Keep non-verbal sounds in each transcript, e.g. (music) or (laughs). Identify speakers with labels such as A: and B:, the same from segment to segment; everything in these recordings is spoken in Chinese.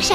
A: 什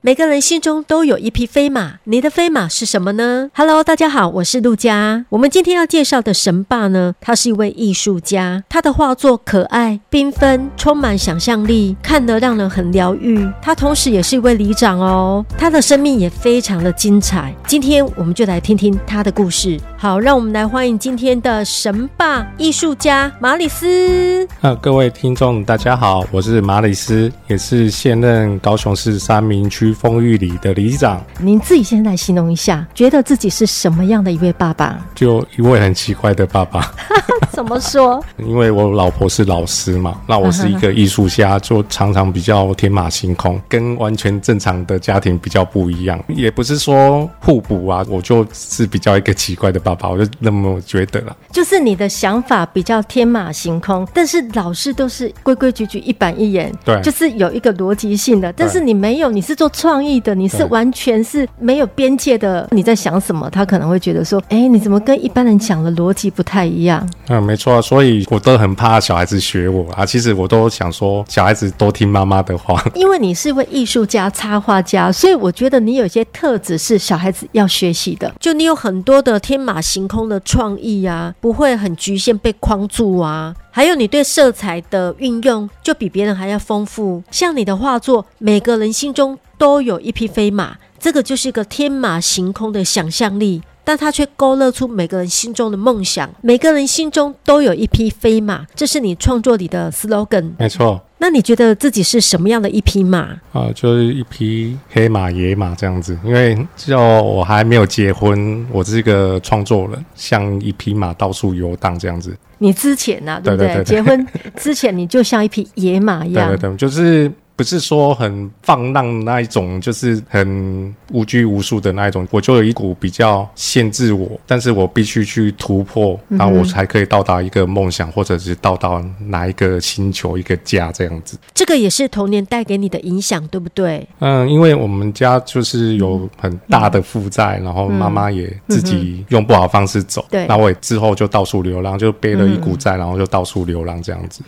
B: 每个人心中都有一匹飞马，你的飞马是什么呢？Hello，大家好，我是陆佳。我们今天要介绍的神爸呢，他是一位艺术家，他的画作可爱、缤纷，充满想象力，看得让人很疗愈。他同时也是一位里长哦，他的生命也非常的精彩。今天我们就来听听他的故事。好，让我们来欢迎今天的神爸艺术家马里斯。
C: 那各位听众，大家好，我是马里斯，也是现任高雄市三明区丰裕里的里长。
B: 您自己先来形容一下，觉得自己是什么样的一位爸爸？
C: 就一位很奇怪的爸爸， (laughs)
B: 怎么说？
C: 因为我老婆是老师嘛，那我是一个艺术家，就常常比较天马行空，跟完全正常的家庭比较不一样，也不是说互补啊，我就是比较一个奇怪的爸爸，我就那么觉得啦。
B: 就是你的想法比较天马行空，但是老师都是规规矩矩、一板一眼，
C: 对
B: 就是有一个逻辑性的。但是你没有，你是做创意的，你是
C: 对
B: 完全是没有边界的。你在想什么？他可能会觉得说，哎，你怎么跟一般人讲的逻辑不太一样？
C: 嗯，没错啊，所以我都很怕小孩子学我啊。其实我都想说，小孩子多听妈妈的话。 (laughs)
B: 因为你是一位艺术家、插画家，所以我觉得你有些特质是小孩子要学习的。就你有很多的天马行空的创意啊，不会很局限被框住啊。还有你对色彩的运用，就比别人还要丰富。像你的画作，每个人心中都有一匹飞马，这个就是一个天马行空的想象力。但它却勾勒出每个人心中的梦想，每个人心中都有一匹飞马，这是你创作里的 slogan。
C: 没错。
B: 那你觉得自己是什么样的一匹马？
C: 啊、就是一匹黑马、野马这样子。因为就我还没有结婚，我是一个创作人，像一匹马到处游荡这样子。
B: 你之前呐、对不对？
C: 对对对对
B: 结婚之前你就像一匹野马一
C: 对
B: 样，
C: 对对，就是不是说很放浪那一种，就是很无拘无束的那一种。我就有一股比较限制我，但是我必须去突破，然后我才可以到达一个梦想，或者是到达哪一个星球、一个家这样子。
B: 这个也是童年带给你的影响，对不对？
C: 嗯，因为我们家就是有很大的负债，然后妈妈也自己用不好的方式走，
B: 对
C: 那我也之后就到处流浪，就背了一股债，然后就到处流浪这样子。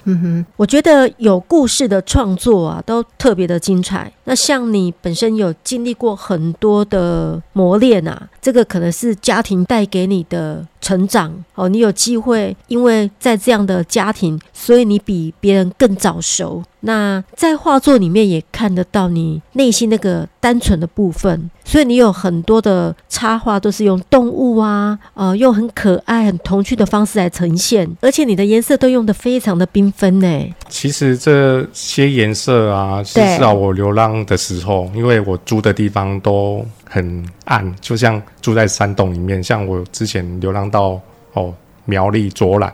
B: 我觉得有故事的创作啊，都特别的精彩。那像你本身有经历过很多的磨练啊，这个可能是家庭带给你的成长哦。你有机会，因为在这样的家庭，所以你比别人更早熟。那在画作里面也看得到你内心那个单纯的部分，所以你有很多的插画都是用动物啊，呃，用很可爱、很童趣的方式来呈现，而且你的颜色都用的非常的缤纷呢。
C: 其实这些颜色啊，是
B: 对
C: 至少我流浪的时候，因为我住的地方都很暗，就像住在山洞里面。像我之前流浪到哦苗栗卓兰，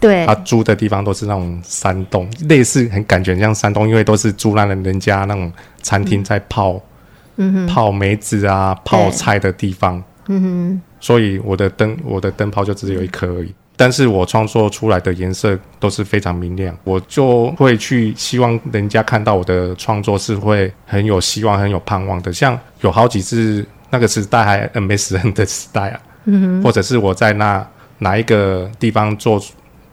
B: 对
C: 他啊租的地方都是那种山洞，类似很感觉很像山洞，因为都是租那人人家那种餐厅在泡，嗯、泡梅子啊、泡菜的地方。嗯所以我的灯，我的灯泡就只有一颗而已。但是我创作出来的颜色都是非常明亮，我就会去希望人家看到我的创作是会很有希望、很有盼望的。像有好几次那个时代还 MSN 的时代啊，嗯、或者是我在那哪一个地方做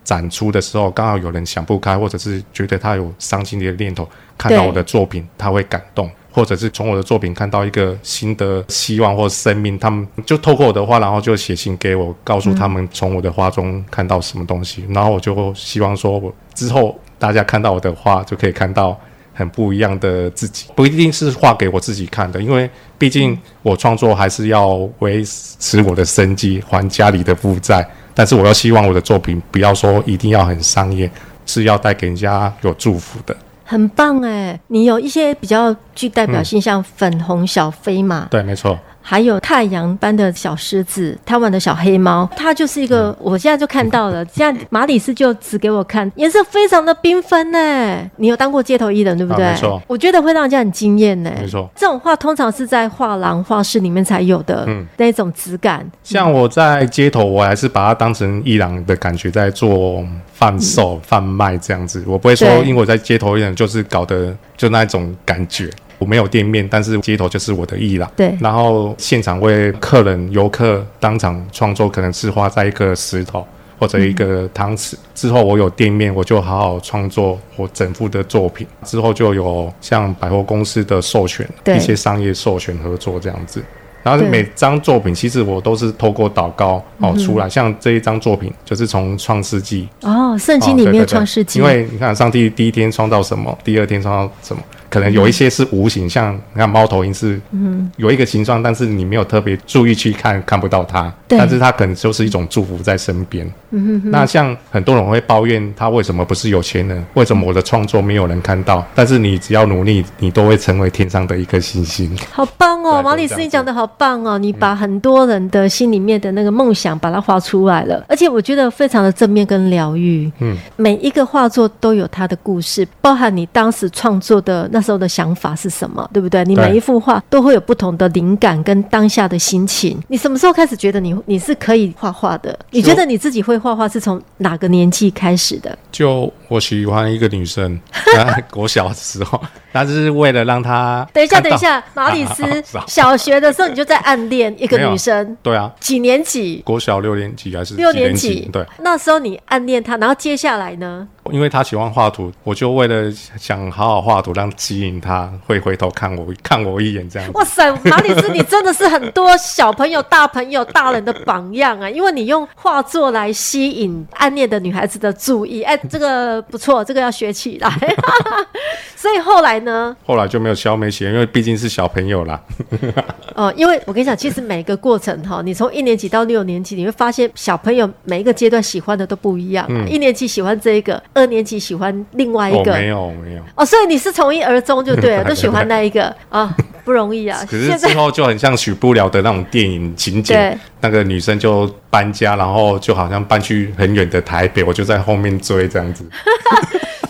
C: 展出的时候，刚好有人想不开，或者是觉得他有伤心的念头，看到我的作品，他会感动，或者是从我的作品看到一个新的希望或生命，他们就透过我的画，然后就写信给我，告诉他们从我的画中看到什么东西，然后我就希望说我之后大家看到我的画，就可以看到很不一样的自己，不一定是画给我自己看的，因为毕竟我创作还是要维持我的生计，还家里的负债。但是我又希望我的作品不要说一定要很商业，是要带给人家有祝福的。
B: 很棒哎！你有一些比较具代表性，像粉红小飞马，
C: 对，没错，
B: 还有太阳般的小狮子，贪玩的小黑猫，它就是一
C: 嗯
B: 个，我现在就看到了。 (laughs) 现在马里斯就指给我看，颜色非常的缤纷呢。你有当过街头艺人对不对？
C: 啊没错
B: 我觉得会让人家很惊艳呢。
C: 没错。
B: 这种画通常是在画廊、画室里面才有的、
C: 嗯
B: 那种质感。
C: 像我在街头，我还是把它当成伊朗的感觉在做贩售、贩卖这样子。我不会说，
B: 对
C: 因为我在街头一样，就是搞得就那种感觉。我没有店面，但是街头就是我的艺廊。
B: 对
C: 然后现场为客人、游客当场创作，可能是画在一个石头或者一个汤匙。之后我有店面，我就好好创作我整幅的作品。之后就有像百货公司的授权，
B: 对
C: 一些商业授权合作这样子。然后
B: 对嗯
C: 每张作品，其实我都是透过祷告哦出来。像这一张作品，就是从创世纪
B: 哦，圣
C: 哦
B: 经里
C: 对
B: 面
C: 对对
B: 创世纪，
C: 因为你看上帝第一天创造什么，第二天创造什么，可能有一些是无形，像你看猫头鹰是
B: 嗯
C: 有一个形状，但是你没有特别注意去看，看不到它，
B: 对嗯
C: 但是它可能就是一种祝福在身边。那像很多人会抱怨他为什么不是有钱人，为什么我的创作没有人看到？但是你只要努力，你都会成为天上的一颗星星。
B: 好棒
C: 对
B: 哦，
C: 就是
B: 毛里斯，
C: 这样嗯
B: 你讲的好棒哦，你把很多人的心里面的那个梦想把它画出来了，而且我觉得非常的正面跟疗愈。
C: 嗯，
B: 每一个画作都有它的故事，包含你当时创作的那时候的想法是什么，对不对？你
C: 对
B: 每一幅画都会有不同的灵感跟当下的心情。你什么时候开始觉得你你是可以画画的？你觉得你自己会画画是从哪个年纪开始的？
C: 就我喜欢一个女生， (laughs) 我小的时候， (laughs) 但是为了让她
B: (laughs) 等一下，
C: 看到
B: 等一，下，毛里
C: (laughs)
B: 斯
C: 少
B: 小学的时候你就在暗恋一个
C: 没有
B: 女生，
C: 对啊，
B: 几年级？
C: 国小六年级还是
B: 六
C: 几年
B: 年
C: 级
B: 级，
C: 对，
B: 那时候你暗恋他，然后接下来呢？
C: 因为他喜欢画图，我就为了想好好画图，让吸引他会回头看我 (laughs) 看我一眼这样子。
B: 哇塞，马里斯，你真的是很多小朋友、大朋友、大人的榜样啊！因为你用画作来吸引暗恋的女孩子的注意，哎，这个不错，这个要学起来。 (laughs) 所以后来呢？
C: 后来就没有消没写，因为毕竟是小朋友啦。
B: 哦，因为我跟你讲，其实每个过程哈，你从一年级到六年级，你会发现小朋友每一个阶段喜欢的都不一样啊、
C: 嗯
B: 一年级喜欢这一个，二年级喜欢另外一
C: 哦，
B: 个，
C: 没有没有，
B: 哦，所以你是从一而终就对了，
C: (laughs) 对
B: 都喜欢那一个啊，不容易啊。
C: 可是
B: 现
C: 之
B: 在
C: 后就很像许不了的那种电影情节
B: 对，
C: 那个女生就搬家，然后就好像搬去很远的台北，我就在后面追这样子。
B: (laughs)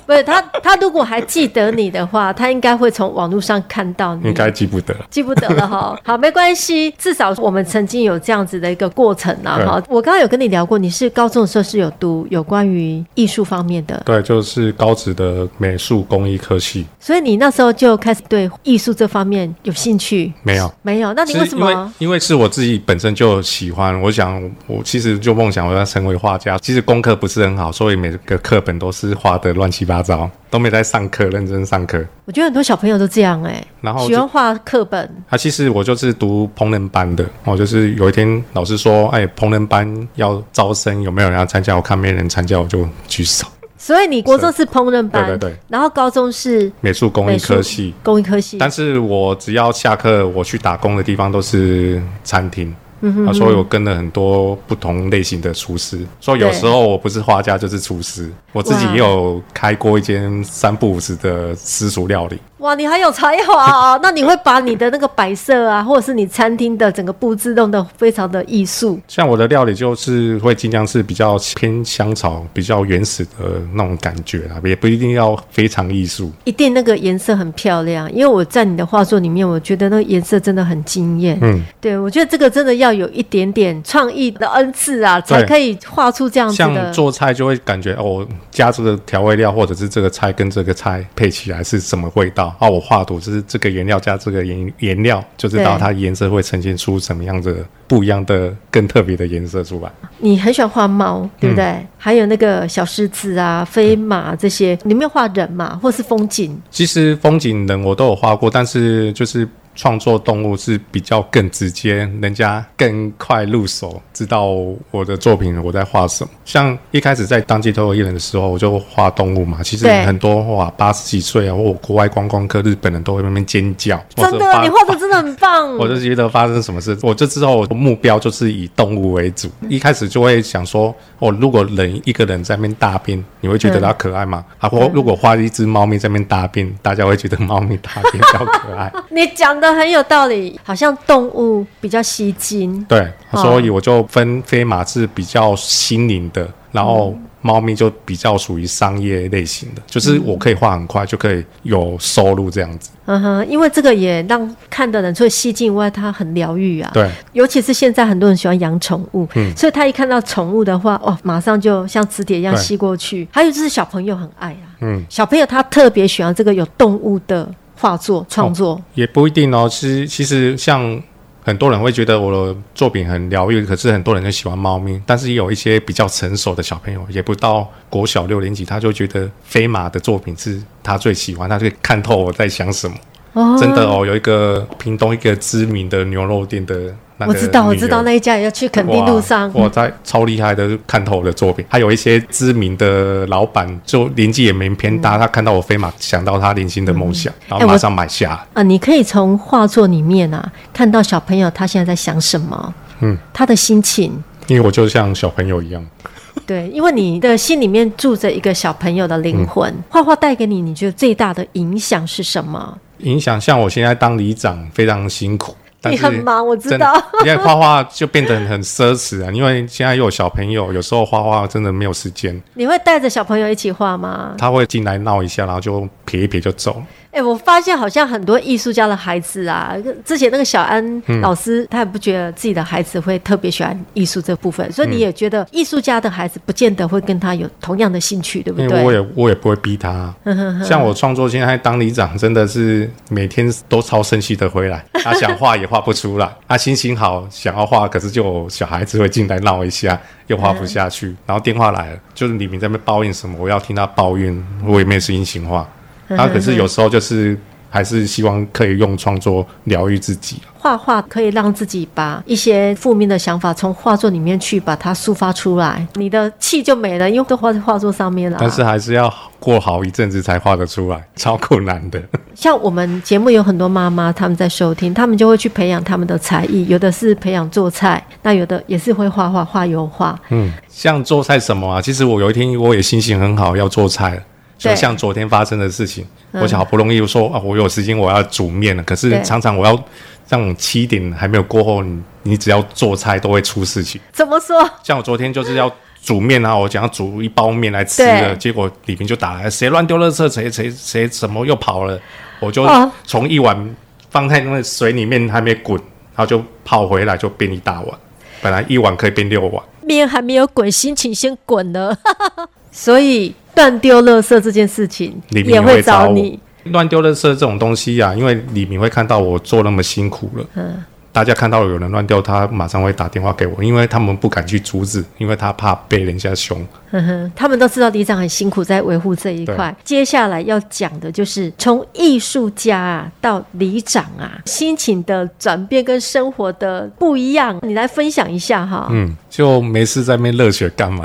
B: 不是他，他如果还记得你的话，他应该会从网络上看到你。
C: 应该记不得，
B: 记不得了
C: (laughs)
B: 哈，好，没关系，至少我们曾经有这样子的一个过程啊
C: 对
B: 哈。我刚刚有跟你聊过，你是高中的时候是有读有关于艺术方面的，
C: 对，就是高职的美术工艺科系，
B: 所以你那时候就开始对艺术这方面有兴趣？
C: 没有。
B: 没有？那你
C: 是
B: 为什
C: 因为
B: 么？
C: 因为是我自己本身就喜欢，我想我其实就梦想我要成为画家。其实功课不是很好，所以每个课本都是画的乱七八糟，都没在上课认真上课。
B: 我觉得很多小朋友都这样哎、
C: 然后
B: 喜
C: 就
B: 欢画课本，
C: 啊，其实我就是读烹饪班的，哦，就是有一天老师说，哎，烹饪班要招生，有没有人要参加？我看没人参加，我就举手。
B: 所以你国中是烹饪班，
C: 对对对
B: 然后高中是
C: 美术工艺
B: 美术
C: 科系，
B: 工艺科系，
C: 但是我只要下课，我去打工的地方都是餐厅。嗯哼所以我跟了很多不同类型的厨师，所以有
B: 对
C: 时候我不是画家就是厨师，我自己
B: 哇
C: 也有开过一间三不五时的私厨料理。
B: 哇，你很有才华哦！那你会把你的那个摆设啊，或者是你餐厅的整个布置弄得非常的艺术。
C: 像我的料理就是会尽量是比较偏香草、比较原始的那种感觉啦，也不一定要非常艺术。
B: 一定那个颜色很漂亮，因为我在你的画作里面，我觉得那个颜色真的很惊艳。
C: 嗯，
B: 对，我觉得这个真的要有一点点创意的恩赐啊，才可以画出这样子
C: 像
B: 的。
C: 做菜就会感觉哦，加这个调味料或者是这个菜跟这个菜配起来是什么味道啊？我画图就是这个原料加这个颜颜料，就知道
B: 对
C: 它颜色会呈现出什么样子的不一样的、更特别的颜色出来。
B: 你很喜欢画猫，对
C: 嗯
B: 不对？还有那个小狮子啊、飞马这些，你没有画人嘛，或是风景？
C: 其实风景人我都有画过，但是就是创作动物是比较更直接，人家更快入手，知道我的作品我在画什么。像一开始在当街头艺人的时候，我就画动物嘛。其实
B: 对
C: 很多画八十几岁啊，或国外观光客日本人都会在那边尖叫，
B: 真
C: 或者
B: 的，
C: 发
B: 你画的真的很棒。
C: (laughs) 我就觉得发生什么事，我就知道我目标就是以动物为主。一开始就会想说，哦，如果人一个人在那边大便，你会觉得它可爱吗？啊，或如果画一只猫咪在那边大便，大家会觉得猫咪大便比较可爱。
B: 你讲的很有道理，好像动物比较吸睛。
C: 对，
B: 哦
C: 所以我就分飞马是比较心灵的，然后猫咪就比较属于商业类型的，就是我可以画很快就可以有收入这样子。
B: 嗯哼，因为这个也让看的人除了吸睛以外，它很疗愈啊。
C: 对，嗯
B: 尤其是现在很多人喜欢养宠物，所以他一看到宠物的话，哇，马上就像磁铁一样
C: 对
B: 吸过去。还有就是小朋友很爱啊，
C: 嗯，
B: 小朋友他特别喜欢这个有动物的。画作创作？
C: 也不一定哦。其实其实像很多人会觉得我的作品很疗愈，可是很多人就喜欢猫咪，但是也有一些比较成熟的小朋友，也不到国小六年级，他就觉得飞马的作品是他最喜欢，他就看透我在想什么。
B: 哦
C: 真的哦，有一个屏东一个知名的牛肉店的那个
B: 我
C: 女儿，
B: 知道，我知道那一家也要去垦丁路上。
C: 哇，哇在超厉害的看透我的作品，还有一些知名的老板，就年纪也没偏
B: 嗯
C: 大，他看到我飞马，想到他年轻的梦想，然后马上买下。
B: 啊，你可以从画作里面啊，看到小朋友他现在在想什么，
C: 嗯，
B: 他的心情。
C: 因为我就像小朋友一样，
B: 对，因为你的心里面住着一个小朋友的灵魂，
C: 嗯
B: 画画带给你，你觉得最大的影响是什么？
C: 影响像我现在当里长非常辛苦。但
B: 你
C: 是
B: 很忙，我知
C: 真的
B: 道。，
C: 因为画画就变得很奢侈啊！因为现在又有小朋友，有时候画画真的没有时间，
B: 你会带着小朋友一起画吗？
C: 他会进来闹一下，然后就撇一撇就走。
B: 哎、我发现好像很多艺术家的孩子啊，之前那个小安
C: 嗯
B: 老师，他也不觉得自己的孩子会特别喜欢艺术这部分，所以
C: 嗯
B: 你也觉得艺术家的孩子不见得会跟他有同样的兴趣，对不
C: 因为嗯我
B: 对？
C: 也我也不会逼他
B: (laughs)
C: 啊、像我创作现在当里长，真的是每天都超生气的回来，他、想画也画不出来，他、心情好想要画，可是就有小孩子会进来闹一下，又画不下去，然后电话来了，就是李明在那边抱怨什么，我要听他抱怨，我也没有心情画，
B: 嗯
C: 他、可是有时候就是还是希望可以用创作疗愈自己。
B: 画画可以让自己把一些负面的想法从画作里面去把它抒发出来，你的气就没了，因为都画在画作上面了啊。
C: 但是还是要过好一阵子才画得出来，超困难的。
B: 像我们节目有很多妈妈，她们在收听，她们就会去培养她们的才艺，有的是培养做菜，那有的也是会画画、画油画。
C: 嗯，像做菜什么啊？其实我有一天我也心情很好，要做菜了。
B: 对嗯
C: 就像昨天发生的事情，我想好不容易说啊，我有时间我要煮面了。可是
B: 对
C: 常常我要这种七点还没有过后，你你只要做菜都会出事情。
B: 怎么说？
C: 像我昨天就是要煮面啊，我想要煮一包面来吃
B: 对
C: 了，结果李明就打来，谁乱丢垃圾，谁谁谁怎么又跑了，我就
B: 哦
C: 从一碗放在那个水里面还没滚，然后就泡回来就变一大碗，本来一碗可以变六碗。
B: 面还没有滚，心情先滚了。 (laughs) 所以断丢垃圾这件事情
C: 李明
B: 也
C: 会
B: 找
C: 我
B: 你。
C: 乱丢垃圾这种东西啊，因为李明会看到我做那么辛苦了，嗯，大家看到有人乱丢，他马上会打电话给我，因为他们不敢去阻止，因为他怕被人家凶。
B: 哼嗯哼，他们都知道里长很辛苦在维护这一块。接下来要讲的就是从艺术家啊到里长啊，心情的转变跟生活的不一样，你来分享一下哈。
C: 嗯，就没事在那边热血干嘛？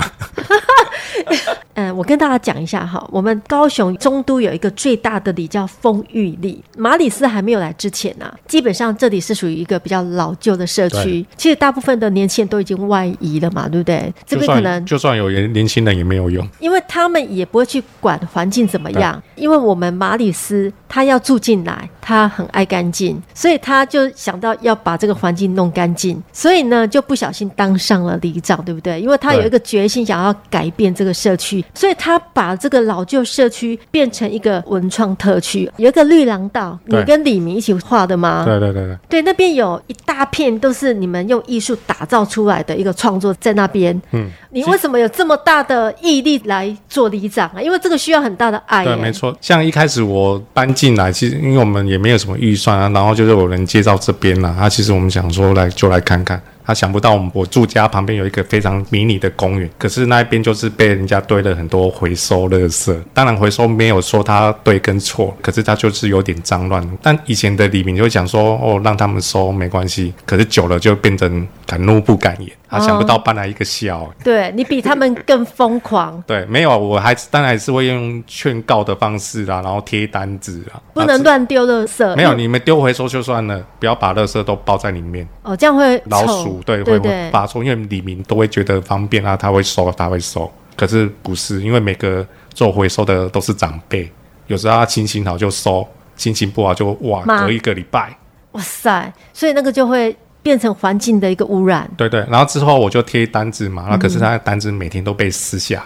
B: 嗯，我跟大家讲一下哈，我们高雄中都有一个最大的里叫丰裕里，马里斯还没有来之前啊，基本上这里是属于一个比较老旧的社区
C: 对，
B: 其实大部分的年轻人都已经外移了嘛，对不对？这
C: 就
B: 边可能
C: 算就算有人年轻人也没有用。
B: 因为他们也不会去管环境怎么样，因为我们马里斯他要住进来，他很爱干净，所以他就想到要把这个环境弄干净，所以呢就不小心当上了里长，对不对？因为他有
C: 对
B: 一个决心想要改变这个社区，所以他把这个老旧社区变成一个文创特区，有一个绿廊道，你
C: 对
B: 跟李明一起画的吗？
C: 对对对对，
B: 对，那边有一大片都是你们用艺术打造出来的一个创作，在那边。
C: 嗯，
B: 你为什么有这么大的毅力来做里长啊？因为这个需要很大的爱、耶
C: 对，没。错。像一开始我搬进来，其实因为我们也没有什么预算啊，然后就是有人介绍这边啦、啊，其实我们想说来就来看看。他、想不到我们我住家旁边有一个非常迷你的公园，可是那边就是被人家堆了很多回收垃圾。当然回收没有说它对跟错，可是它就是有点脏乱。但以前的李明就会讲说，哦，让他们收没关系，可是久了就变成敢怒不敢言。他、想
B: 哦
C: 不到搬来一个小、
B: 对你比他们更疯
C: (laughs)，
B: 狂
C: 对，没有，我还是当然还是会用劝告的方式啦，然后贴单子啊，
B: 不
C: 啊
B: 能
C: 这
B: 乱丢垃圾。
C: 没有，
B: 因为
C: 你们丢回收就算了，不要把垃圾都包在里面。
B: 哦，这样会
C: 老
B: 臭
C: 鼠对
B: 对
C: 会
B: 对
C: 会发臭，因为李明都会觉得方便啊，他会收，他会收。可是不是，因为每个做回收的都是长辈，有时候他心情好就收，心情不好就哇
B: 骂
C: 隔一个礼拜。
B: 哇塞，所以那个就会变成环境的一个污染。
C: 对对，然后之后我就贴单子嘛，那可是他的单子每天都被撕下。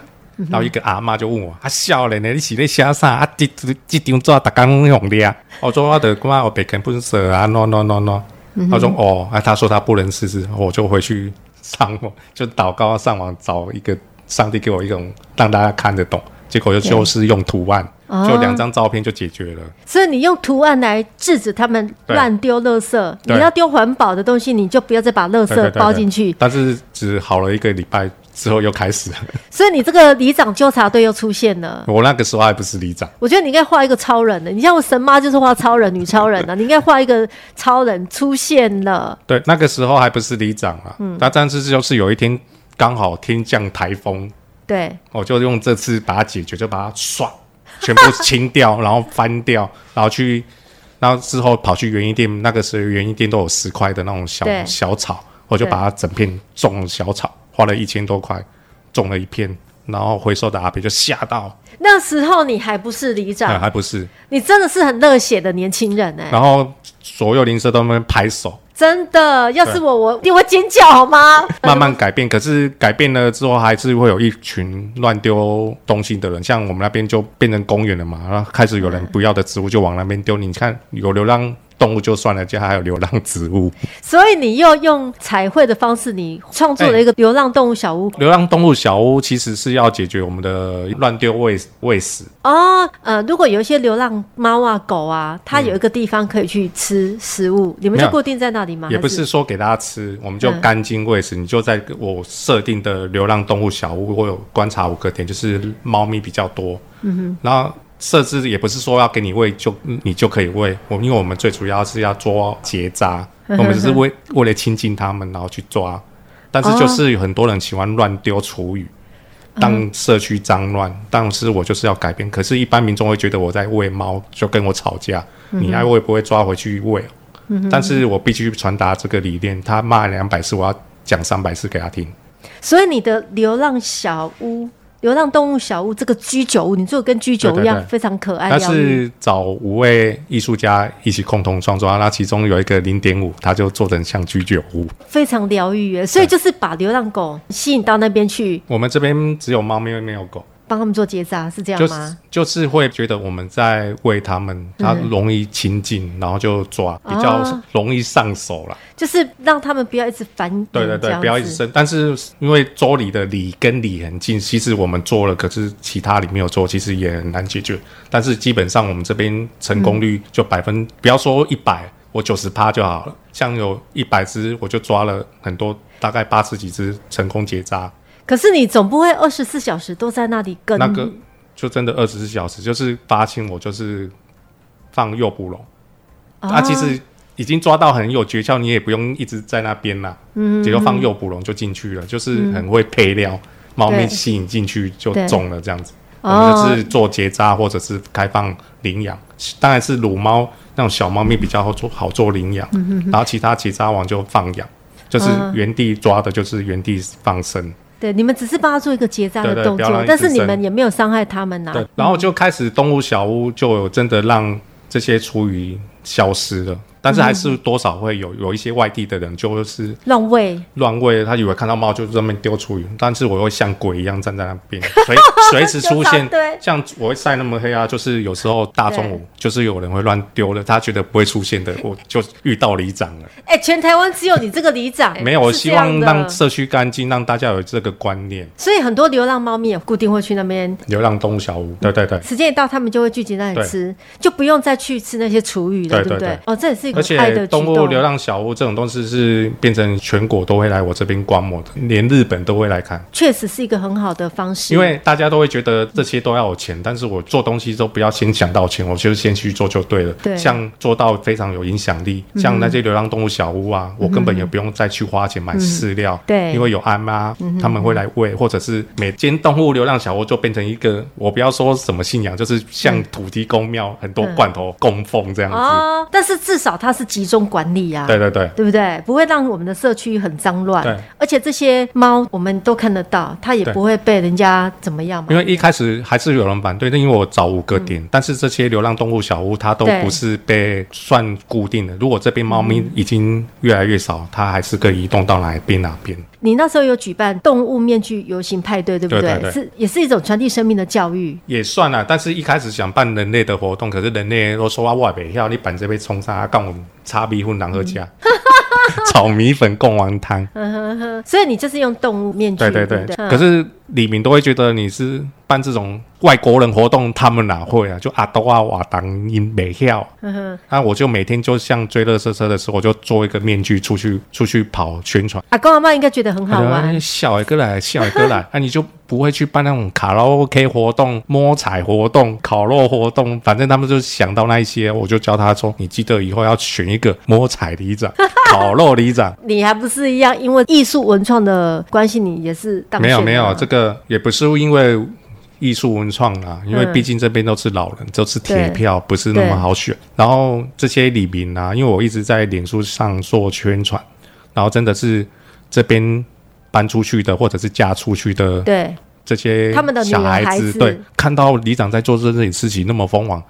C: 然后一个阿妈就问我：“啊，少年呢？你是咧写啥？啊，这这这张纸逐工用的啊？”我说：“我的我我被啃不舍啊，no no no no。”他说：“哦，啊，他说他不能试试，我就回去上网，就祷告上网找一个上帝给我一种让大家看得懂。”结果就就是用图案，
B: 哦
C: 就两张照片就解决了。
B: 所以你用图案来制止他们
C: 对
B: 乱丢垃圾。你
C: 对
B: 要丢环保的东西，你就不要再把垃
C: 对对
B: 圾
C: 对
B: 包进去
C: 对。但是只好了一个礼拜之后又开始了。
B: 所以你这个里长纠察队又出现了。
C: 我那个时候还不是里长，
B: 我觉得你应该画一个超人的，你像我神妈就是画超人、女超人
C: (laughs)
B: 啊，你应该画一个超人出现了。
C: 对，那个时候还不是里长啊。嗯，那但是就是有一天刚好天降台风，
B: 对，
C: 我就用这次把它解决，就把它刷 (laughs) 全部清掉，然后翻掉，然后去，然后之后跑去园艺店，那个时候园艺店都有十块的那种小
B: 对
C: 小草，我就把它整片种小草，花了一千多块，种了一片。然后回收的阿伯就吓到，
B: 那时候你还不是里
C: 嗯，
B: 长，
C: 还不是。
B: 你真的是很热血的年轻人哎、
C: 然后左右邻舍都在那边拍手，
B: 真的。要是
C: 对
B: 我，我一定会尖叫好吗？ (laughs)
C: 慢慢改变，可是改变了之后，还是会有一群乱丢东西的人。像我们那边就变成公园了嘛，然后开始有人不要的植物就往那边丢。你看，有流浪动物就算了，就还有流浪 (laughs) 植物。
B: 所以你又用彩绘的方式，你创作
C: 哎
B: 了一个流浪动物小屋。
C: 流浪动物小屋其实是要解决我们的乱丢喂喂食，
B: 哦，呃，如果有一些流浪猫啊、狗啊，它有一个地方可以去吃食物，你们
C: 嗯没
B: 就
C: 有
B: 固定在那里吗？
C: 也不
B: 还
C: 是说给大家吃，我们就
B: 嗯
C: 干净喂食。你就在我设定的流浪动物小屋，我有观察五个点，就是猫咪比较多，嗯哼，然后设置也不是说要给你喂就嗯你就可以喂，我因为我们最主要是要捉结扎，我们只是为为了亲近它们，然后去抓。但是就是有很多人喜欢乱丢厨余，让社区脏乱。但是我就是要改变，可是，一般民众会觉得我在喂猫，就跟我吵架。你爱喂不会抓回去喂，哦但是我必须传达这个理念。他骂两百次，我要讲三百次给他听。
B: 所以你的流浪小屋、流浪动物小屋这个居酒屋，你做得跟居酒屋一样
C: 对对对
B: 非常可爱。
C: 但
B: 啊疗愈
C: 是找五位艺术家一起共同创作，啊那其中有一个零点五，他就做成像居酒屋。
B: 非常疗愈耶，所以就是把流浪狗吸引到那边去，
C: 我们这边只有猫咪没有狗，
B: 帮他们做结扎，是这样
C: 就
B: 吗？
C: 就是会觉得我们在喂它们，它容易亲近，然后就抓，比较
B: 嗯哦
C: 容易上手啦。
B: 就是让他们不要一直繁衍，
C: 对对
B: 嗯这
C: 对，
B: 样
C: 不要一直
B: 子
C: 生。但是因为周里的里跟里很近，其实我们做了，可是其他里没有做，其实也很难解决。但是基本上我们这边成功率就百分，不要说一百，我九十趴就好了。像有一百只，我就抓了很多，大概八十几只成功结扎。
B: 可是你总不会二十四小时都在那里跟
C: 那个就真的二十四小时，就是发现我就是放诱捕笼，啊，其实已经抓到很有诀窍，你也不用一直在那边啦，嗯，也就放诱捕笼就进去了，就是很会配料，猫
B: 嗯
C: 咪
B: 对
C: 吸引进去就
B: 对
C: 中了这样子。我
B: 哦
C: 们就是做结扎或者是开放领养，当然是乳猫那种小猫咪比较好做好做领养，然后其他结扎完就放养，就是
B: 嗯
C: 原地抓的，就是原地放生。
B: 对，你们只是帮他做一个结扎
C: 对
B: 的
C: 对
B: 动
C: 不要让
B: 作，
C: 它
B: 但
C: 一直
B: 是你
C: 生
B: 们也没有伤害他们呐、
C: 对，然后就开始动物小屋就有真的让这些厨余消失了，但是还是多少会有有一些外地的人就是
B: 乱喂，
C: 乱喂，他以为看到猫就在那边丢厨余，但是我会像鬼一样站在那
B: (laughs)
C: 边，随随时出
B: 就
C: 现
B: 长对，
C: 像我会晒那么黑啊，就是有时候大中午就是有人会乱丢了，他觉得不会出现的，我就遇到里长了。
B: 哎、全台湾只有你这个里 (laughs) 长、哎
C: (laughs) 没有，我
B: 是
C: 希
B: 这样
C: 望
B: 的
C: 让社区干净，让大家有这个观念。
B: 所以很多流浪猫咪也固定会去那边，
C: 流浪动物小屋，对对对。
B: 时间一到，他们就会聚集在那里
C: 对
B: 吃，就不用再去吃那些厨余了，
C: 对
B: 不
C: 对
B: 对
C: 对？
B: 哦，这也是一
C: 而
B: 个爱
C: 且
B: 的举
C: 动
B: 动。
C: 物流浪小屋这种东西是变成全国都会来我这边观摩的，连日本都会来看，
B: 确实是一个很好的方式，
C: 因为大家都会觉得这些都要有钱，但是我做东西都不要先想到钱，我就先去做就对了。
B: 对嗯
C: 像做到非常有影响力，像那些流浪动物小屋啊，我根本也不用再去花钱买饲料，
B: 嗯对嗯
C: 因为有阿妈他们会来喂，或者是每间动物流浪小屋就变成一个，我不要说什么信仰，就是像土地公庙很多罐头供奉这样子。
B: 嗯哦，但是至少它是集中管理啊。
C: 对对对。
B: 对不对？不会让我们的社区很脏乱
C: 对，
B: 而且这些猫我们都看得到，它也
C: 对
B: 不会被人家怎么样嘛
C: 因。为一开始还是有人反对，但因为我找五个点，但是这些流浪动物小屋它都
B: 对
C: 不是被算固定的。如果这边猫咪已经越来越少，它还是可以移动到哪边哪边。
B: 你那时候有举办动物面具游行派对，对不
C: 对对对
B: 是也是一种传递生命的教育。
C: 也算啊啦，但是一开始想办人类的活动，可是人类都说啊，我北跳，你板这边冲杀，干我们叉逼混狼喝家，炒米粉、贡丸汤，
B: 嗯所以你就是用动物面具，
C: 对对
B: 对
C: 对
B: 不。对嗯
C: 可是李明都会觉得你是办这种外国人活动，他们哪会啊？就阿多啊瓦当音美跳，
B: 嗯哼，
C: 那啊我就每天就像追乐色车的时候，我就做一个面具出去出去跑宣传。
B: 阿公阿妈应该觉得很好玩
C: 哎，小一个来，小一个
B: (laughs)
C: 来，啊那、你就不会去办那种卡拉 OK 活动、摸彩活动、烤肉活动，反正他们就想到那一些，我就教他说，你记得以后要选一个摸彩里
B: (laughs)
C: 长、烤肉里长。
B: 你还不是一样？因为艺术文创的关系，你也是当啊
C: 没有没有，这
B: 这
C: 个也不是因为艺术文创啦，因为
B: 嗯
C: 毕竟这边都是老人，都是铁
B: 对
C: 票，不是那
B: 对
C: 么好选。然后这些李明啊，因为我一直在脸书上做宣传，然后真的是这边搬出去的，或者是嫁出去的
B: 对
C: 这些
B: 他们的女儿
C: 小孩
B: 孩
C: 子，
B: 子
C: 对，看到里长在做这件事情那么疯狂，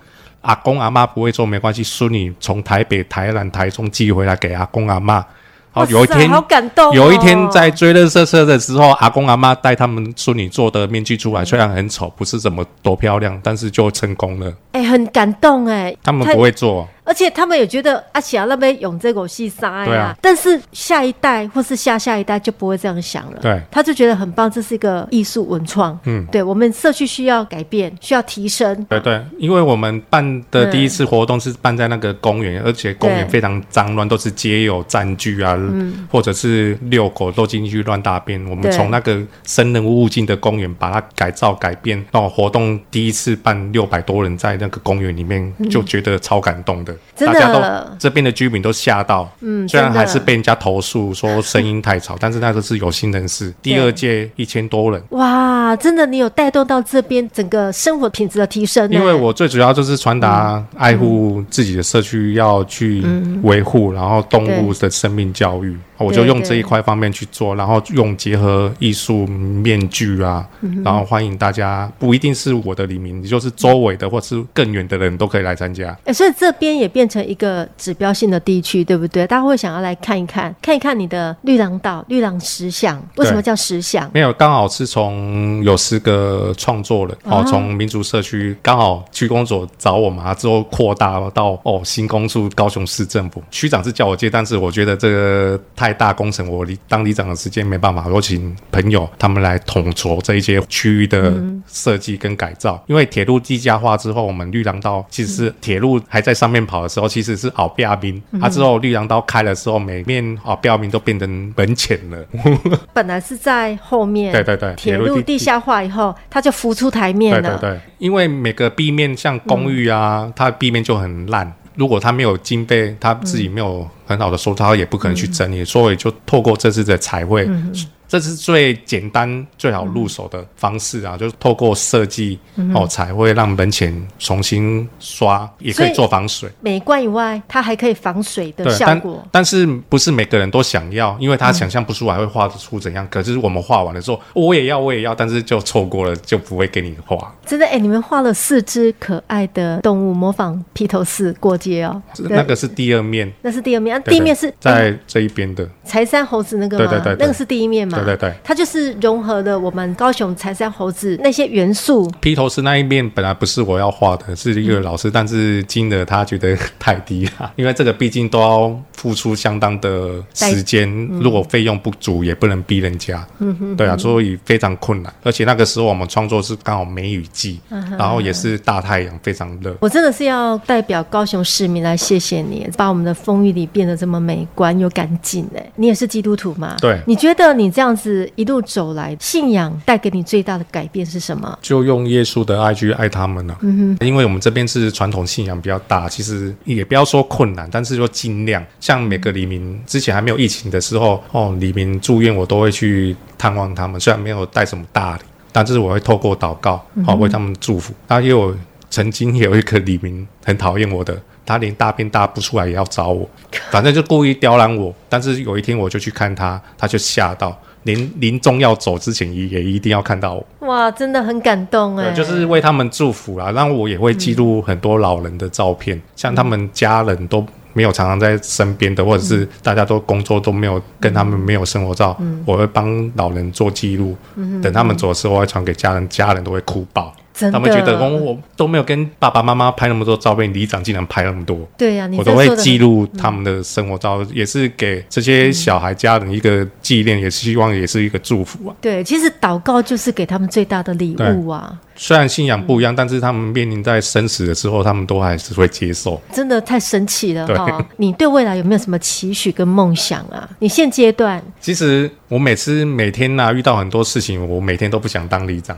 C: 阿公阿妈不会做没关系，孙女从台北、台南、台中寄回来给阿公阿妈。好，
B: 哇塞
C: 有一天
B: 好感动哦
C: 有一天在追热色车的时候，阿公阿妈带他们孙女做的面具出来，虽然很丑，不是怎么多漂亮，但是就成功了。
B: 哎、很感动哎、
C: 他们
B: 太
C: 不会做，
B: 而且他们也觉得阿喜啊那边用这口戏杀
C: 对
B: 呀
C: 啊，
B: 但是下一代或是下下一代就不会这样想了，
C: 对
B: 他就觉得很棒，这是一个艺术文创，
C: 嗯
B: 对我们社区需要改变，需要提升，
C: 对对，因为我们办
B: 嗯
C: 的第一次活动是办在那个公园，而且公园
B: 对
C: 非常脏乱，都是街友占据啊，
B: 嗯
C: 或者是遛狗都进去乱大便。我们
B: 对
C: 从那个生人勿近的公园把它改造改变，那活动第一次办六百多人在那个公园里面，就觉得超感动的，
B: 嗯真
C: 大
B: 的
C: 家都这边的居民都吓到。
B: 嗯，
C: 虽然
B: 真的嗯
C: 还是被人家投诉说声音太吵，但是那个是有心人士。第
B: 对
C: 二届一千多人，
B: 哇，真的你有带动到这边整个生活品质的提升、呢欸
C: 因为我最主要就是传达爱护自己的社区要去维护，然后动物的生命教育，我就用这一块方面去做，然后用结合艺术面具啊，然后欢迎大家，不一定是我的黎明，就是周围的或是更远的人都可以来参加。
B: 哎、所以这边也变成一个指标性的地区，对不对？大家会想要来看一看，看一看你的绿廊道、绿廊石像，为什么叫石像？
C: 没有，刚好是从有十个创作人哦，从民族社区刚好区公所找我嘛，之后扩大到哦新公处高雄市政府区长是叫我接，但是我觉得这个太大工程，我里当里长的时间没办法，我请朋友他们来统筹这一些区域的设计跟改造，因为铁路地下化之后，我们绿廊道其实是铁路还在上面跑的时候，其实是奥比亚兵，它、之后绿廊道开的时候，每面奥比亚兵都变成门前了，
B: 本来是在后面，
C: 对对对
B: 铁
C: 铁路
B: 路
C: 地
B: 地下化以后，它就浮出台面嗯了。
C: 对对对，因为每个壁面像公寓啊，它壁面就很烂。如果他没有经费，他自己没有很好的收，他也不可能去整
B: 嗯
C: 理，所以就透过这次的彩绘，这是最简单、最好入手的方式
B: 嗯
C: 啊，就是透过设计、哦彩绘，让门前重新刷，也可
B: 所以
C: 以做防水。
B: 美观以外，它还可以防水的
C: 对，
B: 效
C: 但
B: 果。嗯
C: 但是不是每个人都想要，因为他想象不出来会画出怎样。可是我们画完了之后，我也要，我也要，但是就错过了，就不会给你画。
B: 真的，哎、你们画了四只可爱的动物，模仿披头士过街哦。对
C: 那个是第二面，嗯
B: 那是第二面，啊、
C: 对对
B: 地面是
C: 在这一边的，
B: 柴山猴子那个吗？
C: 对对对对
B: 那个是第一面嘛？
C: 对对对
B: 它就是融合了我们高雄柴山猴子那些元素，
C: 披头士那一面本来不是我要画的，是一个老师，但是金额他觉得太低了， (laughs) 因为这个毕竟都要付出相当的时间，如果费用不足，也不能逼人家，嗯哼对啊，所以非常困难。而且那个时候我们创作是刚好梅雨季，然后也是大太阳，非常热。
B: 我真的是要代表高雄市民来谢谢你，把我们的风雨里变得这么美观又干净哎！你也是基督徒嘛？
C: 对
B: 你觉得你这样子一路走来，信仰带给你最大的改变是什么？
C: 就用耶稣的爱去爱他们了、嗯哼，因为我们这边是传统信仰比较大，其实也不要说困难，但是就尽量。像每个黎明之前还没有疫情的时候，哦，黎明住院我都会去探望他们，虽然没有带什么大礼，但是我会透过祷告，哦，为他们祝福。那也有曾经有一个黎明很讨厌我的。他连大便大不出来也要找我，反正就故意刁难我。但是有一天我就去看他，他就吓到，临临终要走之前也也一定要看到我。
B: 哇，真的很感动哎！
C: 对，就是为他们祝福啦。让我也会记录很多老人的照片，
B: 嗯
C: 像他们家人都没有常常在身边的，或者是大家都工作都没有跟他们没有生活照，
B: 嗯
C: 我会帮老人做记录。等他们走的时候，我会传给家人，家人都会哭爆。
B: 真的
C: 他们觉得哦，我都没有跟爸爸妈妈拍那么多照片，里长竟然拍那么多，
B: 对啊呀、你
C: 我
B: 这
C: 都会
B: 说得
C: 记
B: 很嗯
C: 录他们的生活照，也是给这些小孩家人一个纪念，也是希望也是一个祝福啊。
B: 对，其实祷告就是给他们最大的礼物啊！
C: 虽然信仰不一样，但是他们面临在生死的时候，他们都还是会接受。
B: 真的太神奇了
C: 对
B: 哈、你对未来有没有什么期许跟梦想啊？你现阶段
C: 其实我每次每天呐、遇到很多事情，我每天都不想当里长。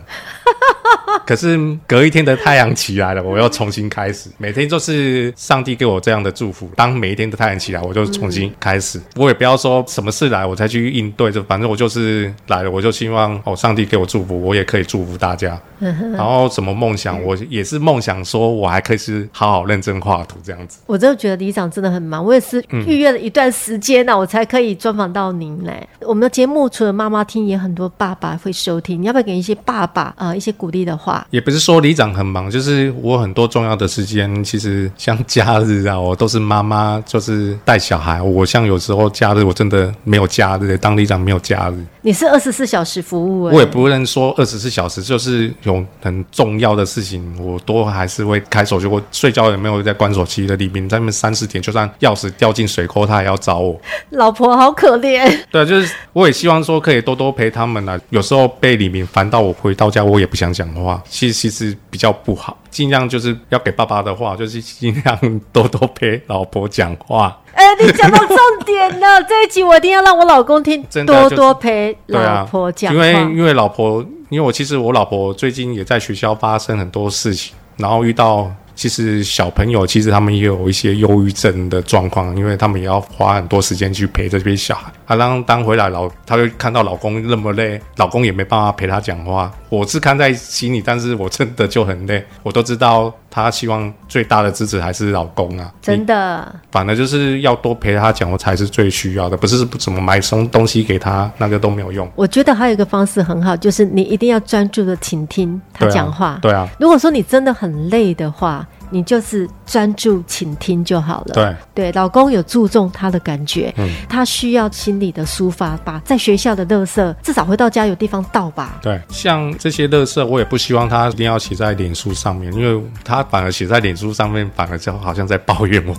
C: 可是隔一天的太阳起来了，我又重新开始。每天就是上帝给我这样的祝福。当每一天的太阳起来，我就重新开始。我也不要说什么事来我才去应对，就反正我就是来了，我就希望哦，上帝给我祝福，我也可以祝福大家。然后什么梦想，我也是梦想说，我还可以是好好认真画图这样子。
B: 我真的觉得里长真的很忙，我也是
C: 嗯
B: 预约了一段时间啊呢、我才可以专访到您嘞。我们的节目除了妈妈听，也很多爸爸会收听。你要不要给一些爸爸呃一些鼓励的话？
C: 也不是说里长很忙，就是我很多重要的时间，其实像假日啊，我都是妈妈就是带小孩。我像有时候假日我真的没有假日，当里长没有假日，
B: 你是二十四小时服务、欸，
C: 我也不能说二十四小时，就是有很重要的事情，我都还是会开手机。我睡觉也没有在关手机的里面，在那三四点，就算钥匙掉进水沟，他也要找我。
B: 老婆好可怜， (laughs)
C: (laughs) 对，就是我也希望说可以多多陪他们啦。有时候被李明烦到，我回到家我也不想讲话，其实其实比较不好。尽量就是要给爸爸的话，就是尽量多多陪老婆讲话。
B: 哎、你讲到重点了，这一集我一定要让我老公听，
C: (laughs) 真的啊
B: 多
C: 就是
B: 多陪
C: 对
B: 老
C: 啊，
B: 婆讲
C: 因
B: 话。
C: 为因为老婆，因为我其实我老婆最近也在学校发生很多事情，然后遇到。其实小朋友其实他们也有一些忧郁症的状况，因为他们也要花很多时间去陪这些小孩。啊，当当回来老，她就看到老公那么累，老公也没办法陪她讲话。我是看在心里，但是我真的就很累。我都知道她希望最大的支持还是老公啊，
B: 真的，
C: 反而就是要多陪她讲，我才是最需要的，不是不怎么买什么东西给她，那个都没有用。
B: 我觉得还有一个方式很好，就是你一定要专注的倾听他
C: 对啊
B: 讲话。
C: 对啊，
B: 如果说你真的很累的话，你就是专注倾听就好了。
C: 对嗯
B: 对，老公有注重他的感觉，他需要心理的抒发，把在学校的垃圾至少回到家有地方倒吧。
C: 对，像这些乐色，我也不希望他一定要写在脸书上面，因为他反而写在脸书上面，反而就好像在抱怨我。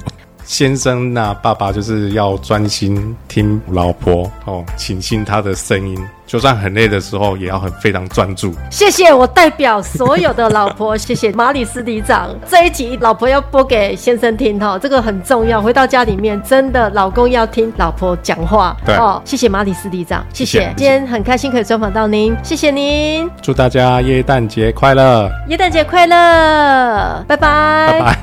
C: 先生呐、爸爸就是要专心听老婆哦，倾听她的声音，就算很累的时候，也要很非常专注。
B: 谢谢，我代表所有的老
C: (laughs)
B: 婆，谢谢马里斯里长。这一集老婆要播给先生听哈，这个很重要。回到家里面，真的老公要听老婆讲话
C: 对
B: 哦。谢谢马里斯里长，谢谢。
C: 谢谢
B: 今天很开心可以专访到您，谢谢您，
C: 祝大家耶诞节快乐，
B: 耶诞节快乐，拜拜，
C: 拜拜。